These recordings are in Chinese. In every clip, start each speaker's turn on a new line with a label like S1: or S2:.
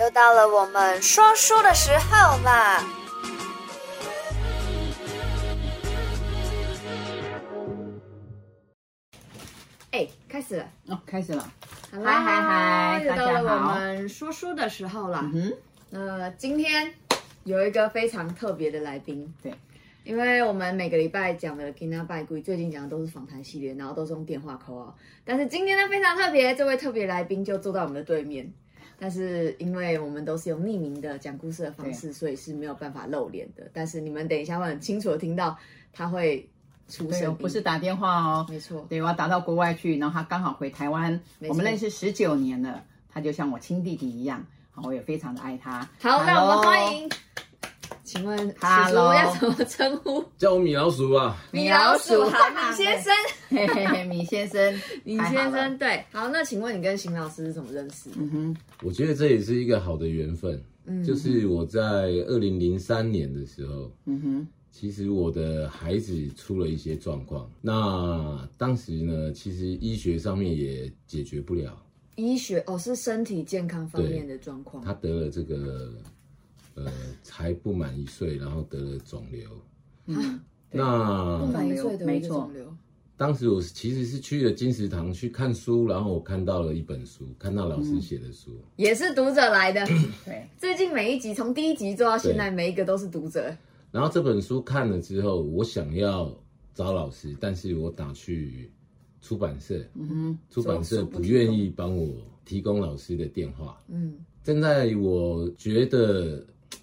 S1: 又到了我们说书的时候啦！
S2: 哎，开始了，
S3: 哦，开始了。
S2: 嗨
S3: 嗨嗨
S2: 又到
S3: 大家
S2: 了
S3: 好
S2: 我们说书的时候了。
S3: 嗯，
S2: 那今天有一个非常特别的来宾，
S3: 对，
S2: 因为我们每个礼拜讲的 Kina 拜贵，最近讲的都是访谈系列，然后都是用电话 call 啊。但是今天呢非常特别，这位特别来宾就坐在我们的对面。但是因为我们都是用匿名的讲故事的方式，所以是没有办法露脸的。但是你们等一下会很清楚的听到他会出
S3: 对
S2: 声
S3: 哦，
S2: 音，
S3: 不是打电话哦，
S2: 没错，
S3: 对，我要打到国外去，然后他刚好回台湾，
S2: 没错
S3: 我们认识十九年了，他就像我亲弟弟一样，好我也非常的爱他。
S2: 好，那我们
S3: Hello
S2: 欢迎。请问叔叔
S3: Hello
S2: 要怎么称 呼？
S4: 叫我米老鼠吧。
S2: 米老鼠，好，米先生，
S3: 嘿嘿嘿，米先生，
S2: 米
S3: 太好
S2: 先
S3: 了，
S2: 生，对，好，那请问你跟邢老师是怎么认识嗯的？
S3: 嗯哼，
S4: 我觉得这也是一个好的缘分。就是我在二零零三年的时候，
S3: 嗯哼，
S4: 其实我的孩子出了一些状况。那当时呢，其实医学上面也解决不了，
S2: 医学哦，是身体健康方面的状况，
S4: 他得了这个，呃，才不满一岁，然后得了肿瘤。
S3: 嗯，
S2: 不
S4: 那
S2: 满一岁的一
S3: 没
S2: 个
S3: 错
S2: 肿瘤，
S4: 当时我其实是去了金石堂去看书，然后我看到了一本书，看到老师写的书。
S2: 也是读者来的。
S3: 对，
S2: 最近每一集从第一集做到现在，每一个都是读者。
S4: 然后这本书看了之后，我想要找老师，但是我打去出版社，
S3: 嗯哼，
S4: 出版社不愿意帮我提供老师的电话。
S2: 嗯，
S4: 正在我觉得嘖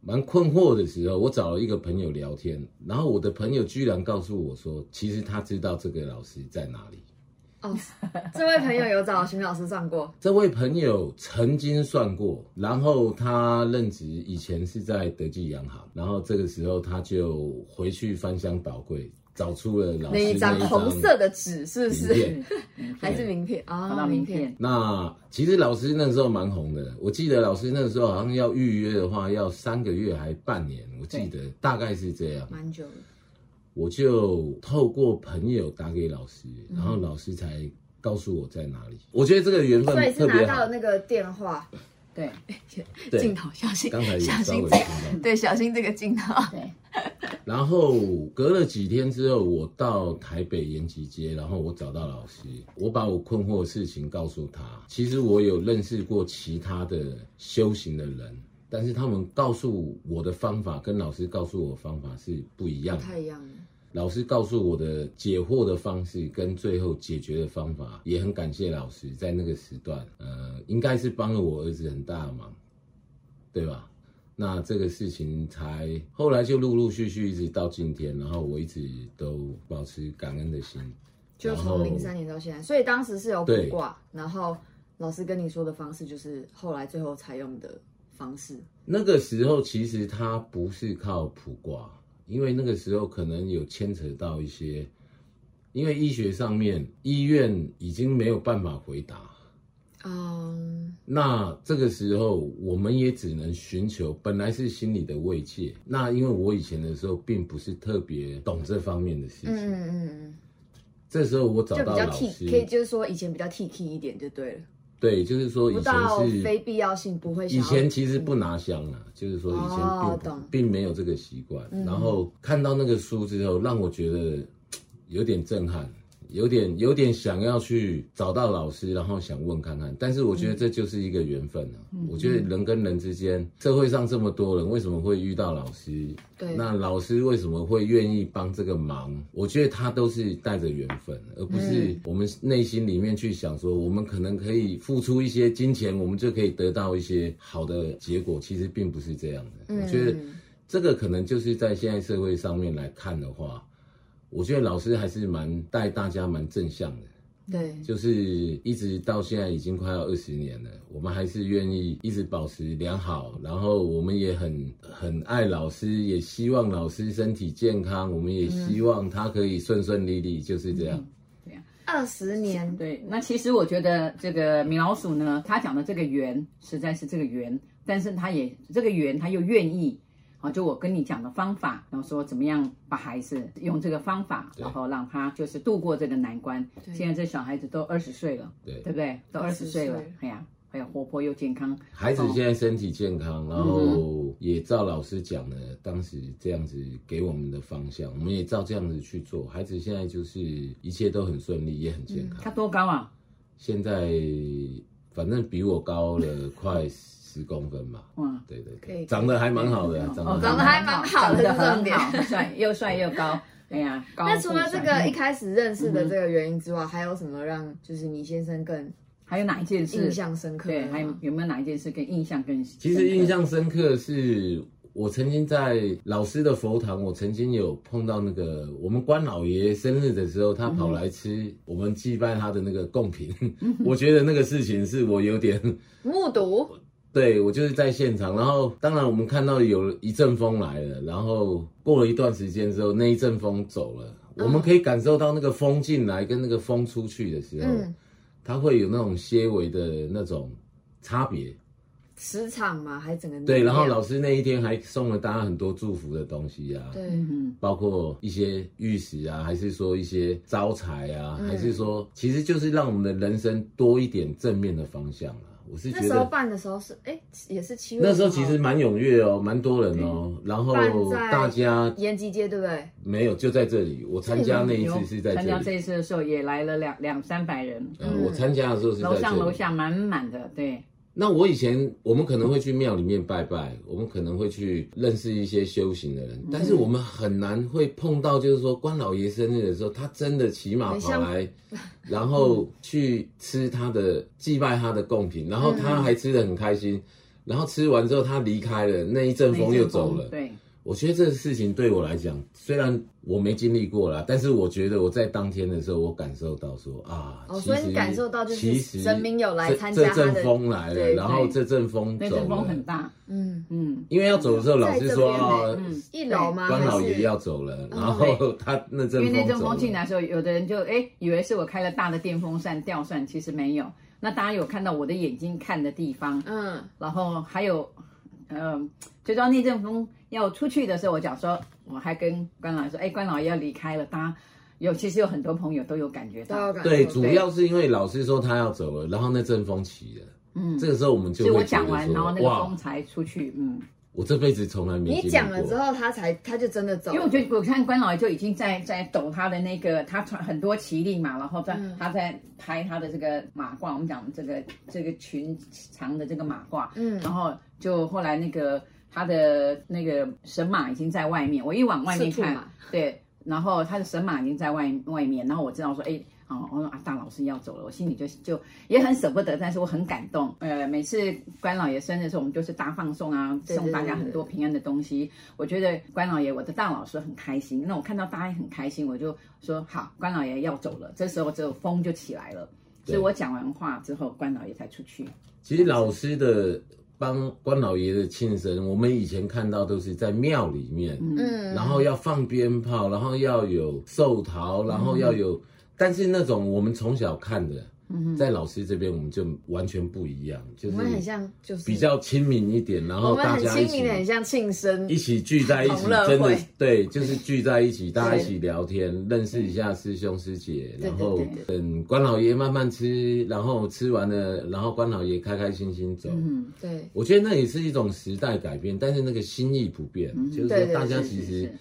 S4: 蛮困惑的时候，我找了一个朋友聊天，然后我的朋友居然告诉我说，其实他知道这个老师在哪里。
S2: 哦，这位朋友有找邢老师上过，
S4: 这位朋友曾经算过，然后他任职以前是在德记洋行，然后这个时候他就回去翻箱倒柜，找出了
S2: 那
S4: 老师那
S2: 一
S4: 一张
S2: 张红色的纸是不
S4: 名
S2: 是？
S4: 片
S2: 还是名片
S3: 找到
S2: 啊？
S3: 名片，
S4: 那其实老师那时候蛮红的，我记得老师那时候好像要预约的话，要三个月还半年，我记得大概是这样。
S2: 蛮久的，
S4: 我就透过朋友打给老师，然后老师才告诉我在哪里。我觉得这个缘分
S2: 所以是
S4: 嗯特
S2: 拿
S4: 别
S2: 到
S4: 好。
S2: 那个电话，
S3: 对
S2: 镜
S4: 对，
S2: 头小心，
S4: 刚才也
S2: 小
S4: 稍
S2: 心
S4: 微听
S2: 这
S4: 到。
S2: 对，小心这个镜头。
S3: 对，
S4: 然后隔了几天之后，我到台北延吉街，然后我找到老师，我把我困惑的事情告诉他。其实我有认识过其他的修行的人，但是他们告诉我的方法跟老师告诉我的方法是不一样
S2: 不
S4: 的。
S2: 太一样了。
S4: 老师告诉我的解惑的方式跟最后解决的方法，也很感谢老师在那个时段，呃，应该是帮了我儿子很大的忙，对吧？那这个事情才后来就陆陆续续一直到今天，然后我一直都保持感恩的心，
S2: 就
S4: 然后
S2: 从零三年到现在，所以当时是有卜
S4: 对
S2: 卦，然后老师跟你说的方式就是后来最后采用的方式。
S4: 那个时候其实他不是靠卜卦，因为那个时候可能有牵扯到一些，因为医学上面医院已经没有办法回答。
S2: 嗯，
S4: 那这个时候，我们也只能寻求本来是心理的慰藉。那因为我以前的时候，并不是特别懂这方面的事
S2: 嗯
S4: 情。
S2: 嗯嗯
S4: 这时候我找
S2: 嗯，就
S4: 到
S2: 比较
S4: 老
S2: T，可以
S4: 师，
S2: 就是说以前比较 T K 一点就对了，
S4: 对，就是说以
S2: 不到
S4: 前
S2: 非
S4: 是
S2: 必要性不会想
S4: 以
S2: 要。
S4: 前其实不拿香啊，就是说以前
S2: 哦
S4: 并不、
S2: 懂嗯
S4: 并没有这个习惯。然后看到那个书之后，让我觉得嘖有点震撼。有点有点想要去找到老师，然后想问看看，但是我觉
S2: 嗯
S4: 得这就是一个缘分啊。我觉得人跟人之间，社会上这么多人，为什么会遇到老师？
S2: 对
S4: 那老师为什么会愿意帮这个忙？我觉得他都是带着缘分，而不是我们内心里面去想说，我们可能可以付出一些金钱，我们就可以得到一些好的结果。其实并不是这样的。
S2: 嗯
S4: 我觉得这个可能就是在现在社会上面来看的话，我觉得老师还是蛮带大家蛮正向的。
S2: 对，
S4: 就是一直到现在已经快要二十年了，我们还是愿意一直保持良好，然后我们也很很爱老师，也希望老师身体健康，我们也希望他可以顺顺利利，就是这样。
S2: 二十年
S3: 对，那其实我觉得这个米老鼠呢，他讲的这个缘实在是这个缘，但是他也这个缘他又愿意，啊，就我跟你讲的方法，然后说怎么样把孩子用这个方法，
S4: 对
S3: 然后让他就是度过这个难关。
S2: 对
S3: 现在这小孩子都二十岁了，
S4: 对
S3: 对不对？都二十岁了
S2: 20岁，
S3: 哎呀，还有活泼又健康。
S4: 孩子现在身体健康，然后也照老师讲的，当时这样子给我们的方向，我们也照这样子去做。孩子现在就是一切都很顺利，也很健康。
S3: 他多高啊？
S4: 现在反正比我高了快十公分吧。
S3: 哇，
S4: 对对
S2: 可以
S4: 对，长得还蛮好的啊，
S3: 哦
S4: 长
S2: 长
S4: 得
S2: 得还蛮好的
S3: 长得很
S2: 重
S3: 好， 帅又帅又高。哎呀，高
S2: 那除了这
S3: 富
S2: 个
S3: 帅嗯
S2: 一开始认识
S4: 嗯
S2: 的这个原因之外，还有什么让就是你先生更
S3: 还有哪一件事
S2: 印？象深刻的
S3: 对，
S2: 吗？
S3: 还有有没有哪一件事跟印象更？
S4: 其实印象深刻是。我曾经在老师的佛堂，我曾经有碰到那个我们关老爷生日的时候，他跑来吃我们祭拜他的那个贡品。
S2: 嗯
S4: 我觉得那个事情是我有点
S2: 目睹
S4: 对我就是在现场，然后当然我们看到有一阵风来了，然后过了一段时间之后，那一阵风走了，我
S2: 哦
S4: 们可以感受到那个风进来跟那个风出去的时候，
S2: 嗯
S4: 它会有那种些微的那种差别。
S2: 嗯磁场嘛，还整个能
S4: 对，然后
S2: 量
S4: 老师那一天还送了大家很多祝福的东西啊，
S2: 对
S3: 嗯
S4: 包括一些玉石啊，还是说一些招财啊，
S2: 嗯
S4: 还是说其实就是让我们的人生多一点正面的方向啊。我是觉
S2: 那
S4: 得
S2: 时候办的时候是哎也是七月五号，
S4: 那时候其实蛮踊跃哦，蛮多人哦，然后
S2: 办在
S4: 大家
S2: 延吉街对不对？
S4: 没有就在这里，我参加那一次是在
S3: 参
S4: 这
S3: 加这
S4: 里，
S3: 一次的时候也来了两两三百人，
S4: 呃
S2: 嗯
S4: 我参加的时候是在
S3: 楼上
S4: 这
S3: 楼
S4: 里。
S3: 下满满的，对，
S4: 那我以前我们可能会去庙里面拜拜，我们可能会去认识一些修行的人，但是我们很难会碰到，就是说关老爷生日的时候，他真的骑马
S2: 很
S4: 跑
S2: 像
S4: 来， 然后去吃他的祭拜他的贡品，然后他还吃的很开心，然后吃完之后他离开了，那一阵风又走了。
S3: 对，
S4: 我觉得这个事情对我来讲，虽然我没经历过啦，但是我觉得我在当天的时候，我感受到说啊，
S2: 哦
S4: 其实
S2: 所以你感受到就是
S4: 其实
S2: 神明有来
S4: 这
S2: 参加他的
S4: 这阵风来
S2: 对
S4: 了，
S2: 对
S4: 然后这阵风
S3: 那
S4: 走
S3: 阵风
S4: 了，
S3: 很大，
S2: 嗯，
S3: 嗯，
S4: 因为要走的时候，老
S2: 在
S4: 师
S2: 这
S4: 说
S2: 边
S4: 啊，
S2: 呢
S3: 嗯
S2: 一楼吗？
S4: 关老爷
S2: 还是嗯
S4: 要走了，然
S3: 对
S4: 后他那
S3: 因
S4: 阵
S3: 为那
S4: 风
S3: 阵
S4: 走
S3: 风进来
S4: 了，
S3: 的时候，有的人就哎以为是我开了大的电风扇吊扇，其实没有。那大家有看到我的眼睛看的地方，
S2: 嗯，
S3: 然后还有，呃，就当那阵风要出去的时候，我讲说，我还跟关老爷说，哎，关老爷要离开了，大家有其实有很多朋友都有感觉
S2: 都要
S3: 到，
S2: 感受
S4: 对，主要是因为老师说他要走了，然后那阵风起了，
S3: 嗯，
S4: 这个时候我们就
S3: 所以我
S4: 会觉
S3: 讲
S4: 得
S3: 完，然后那
S4: 说，
S3: 个风
S4: 哇，
S3: 才出去，嗯，
S4: 我这辈子从来没经历
S2: 你
S4: 过
S2: 讲了之后，他才他就真的走
S3: 因
S2: 了，
S3: 为我觉得我看关老爷就已经在在抖他的那个，他穿很多旗令嘛，然后在、
S2: 嗯
S3: 他在拍他的这个马褂，我们讲这个这个裙长的这个马褂，
S2: 嗯
S3: 然后就后来那个他的那个神马已经在外面，我一往外面
S2: 赤兔
S3: 看
S2: 马，
S3: 对，然后他的神马已经在外外面，然后我知道说，哎。哦，我说啊，大老师要走了，我心里就就也很舍不得，但是我很感动。呃，每次关老爷生日的时候，我们就是大放送啊，
S2: 对对
S3: 送大
S2: 对
S3: 家
S2: 对
S3: 很多平安的东西。我觉得关老爷，我的大老师很开心。那我看到大家也很开心，我就说好，关老爷要走了。这时候这个风就起来了，所
S4: 对
S3: 以我讲完话之后，关老爷才出去。
S4: 其实老师的帮关老爷的庆生，我们以前看到都是在庙里面，
S2: 嗯，
S4: 然后要放鞭炮，然后要有寿桃，然后要
S2: 嗯
S4: 有，但是那种我们从小看的，在老师这边我们就完全不一样，就
S2: 我们很
S4: 是
S2: 像就是
S4: 比较亲民一点，然
S2: 我
S4: 后
S2: 们
S4: 大
S2: 很
S4: 家一
S2: 亲民的，很
S4: 起。
S2: 像庆生
S4: 一，起聚在一起
S2: 同乐，
S4: 真的
S2: 会
S4: 对，就是聚在一起，大家一起聊天，认识一下师兄师姐，然后
S3: 对
S4: 等关老爷慢慢吃，然后吃完了，然后关老爷开开心心走。
S3: 嗯，
S2: 对，
S4: 我觉得那也是一种时代改变，但是那个心意不变，就是
S2: 对
S4: 说
S2: 对
S4: 大家
S3: 嗯是
S4: 其
S3: 是
S4: 实
S3: 是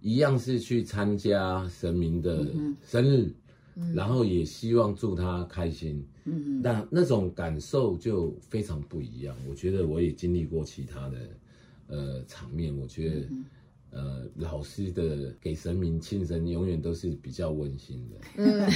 S4: 一样是去参加神明的
S3: 嗯
S4: 生日，然后也希望祝他开心。
S3: 嗯嗯，
S4: 那那种感受就非常不一样。我觉得我也经历过其他的呃场面，我觉
S3: 嗯
S4: 得。呃，老师的给神明庆生永远都是比较温馨的，
S2: 嗯，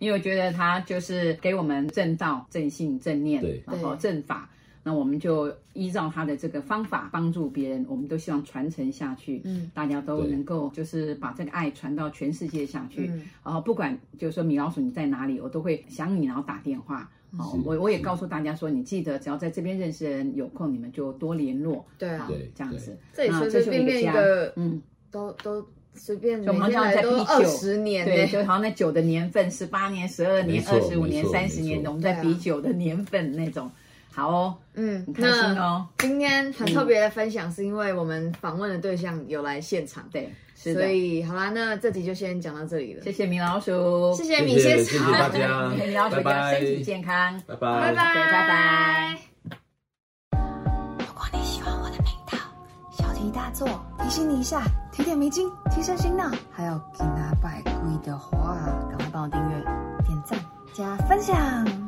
S3: 因为我觉得他就是给我们正道、正信、正念，
S4: 对
S3: 然后
S2: 对
S3: 正法。那我们就依照他的这个方法帮助别人，我们都希望传承下去，
S2: 嗯，
S3: 大家都
S4: 对
S3: 能够就是把这个爱传到全世界下 去，
S2: 嗯
S3: 然后不管就是说米老鼠你在哪里，我都会想你，然后打电话。
S2: 嗯
S3: 哦
S4: 是，
S3: 我我也
S4: 是
S3: 告诉大家说，你记得只要在这边认识的人，有空你们就多联络，
S2: 对啊
S3: 好
S4: 对
S3: 这样
S4: 对
S3: 子，
S2: 这里
S3: 那
S2: 随
S3: 这
S2: 随
S3: 是
S2: 便便一
S3: 家
S2: 个
S3: 嗯，
S2: 都都随便
S3: 就
S2: 每
S3: 我们
S2: 天
S3: 好
S2: 来
S3: 像在
S2: 都
S3: 啤酒
S2: 二十年
S3: 对，
S2: 呢，
S3: 就好像那酒的年份，十八年、十二年、
S4: 没错
S3: 二十五年、
S4: 没错
S3: 三十年
S4: 没，错
S3: 我们在
S2: 对啊
S3: 比酒的年份那种。好哦，
S2: 嗯
S3: 很，开心
S2: 那
S3: 哦。
S2: 今天很特别的分享，是因为我们访问的对象有来现场，
S3: 对，是
S2: 所
S3: 的，
S2: 以好啦，那这集就先讲到这里了，
S3: 谢谢米老鼠，
S2: 谢谢米
S4: 谢谢
S2: 先
S4: 谢
S2: 生，
S4: 谢 大家
S3: 米老，鼠要
S4: 拜拜
S3: 身，体健康。
S4: 拜
S2: 拜
S4: 拜
S2: 拜，
S3: 拜拜。
S5: 如果你喜欢我的频道，小题大做，提醒你一下，提点迷津，提升心脑。还有给他拜龟的话，赶快帮我订阅、点赞、加分享。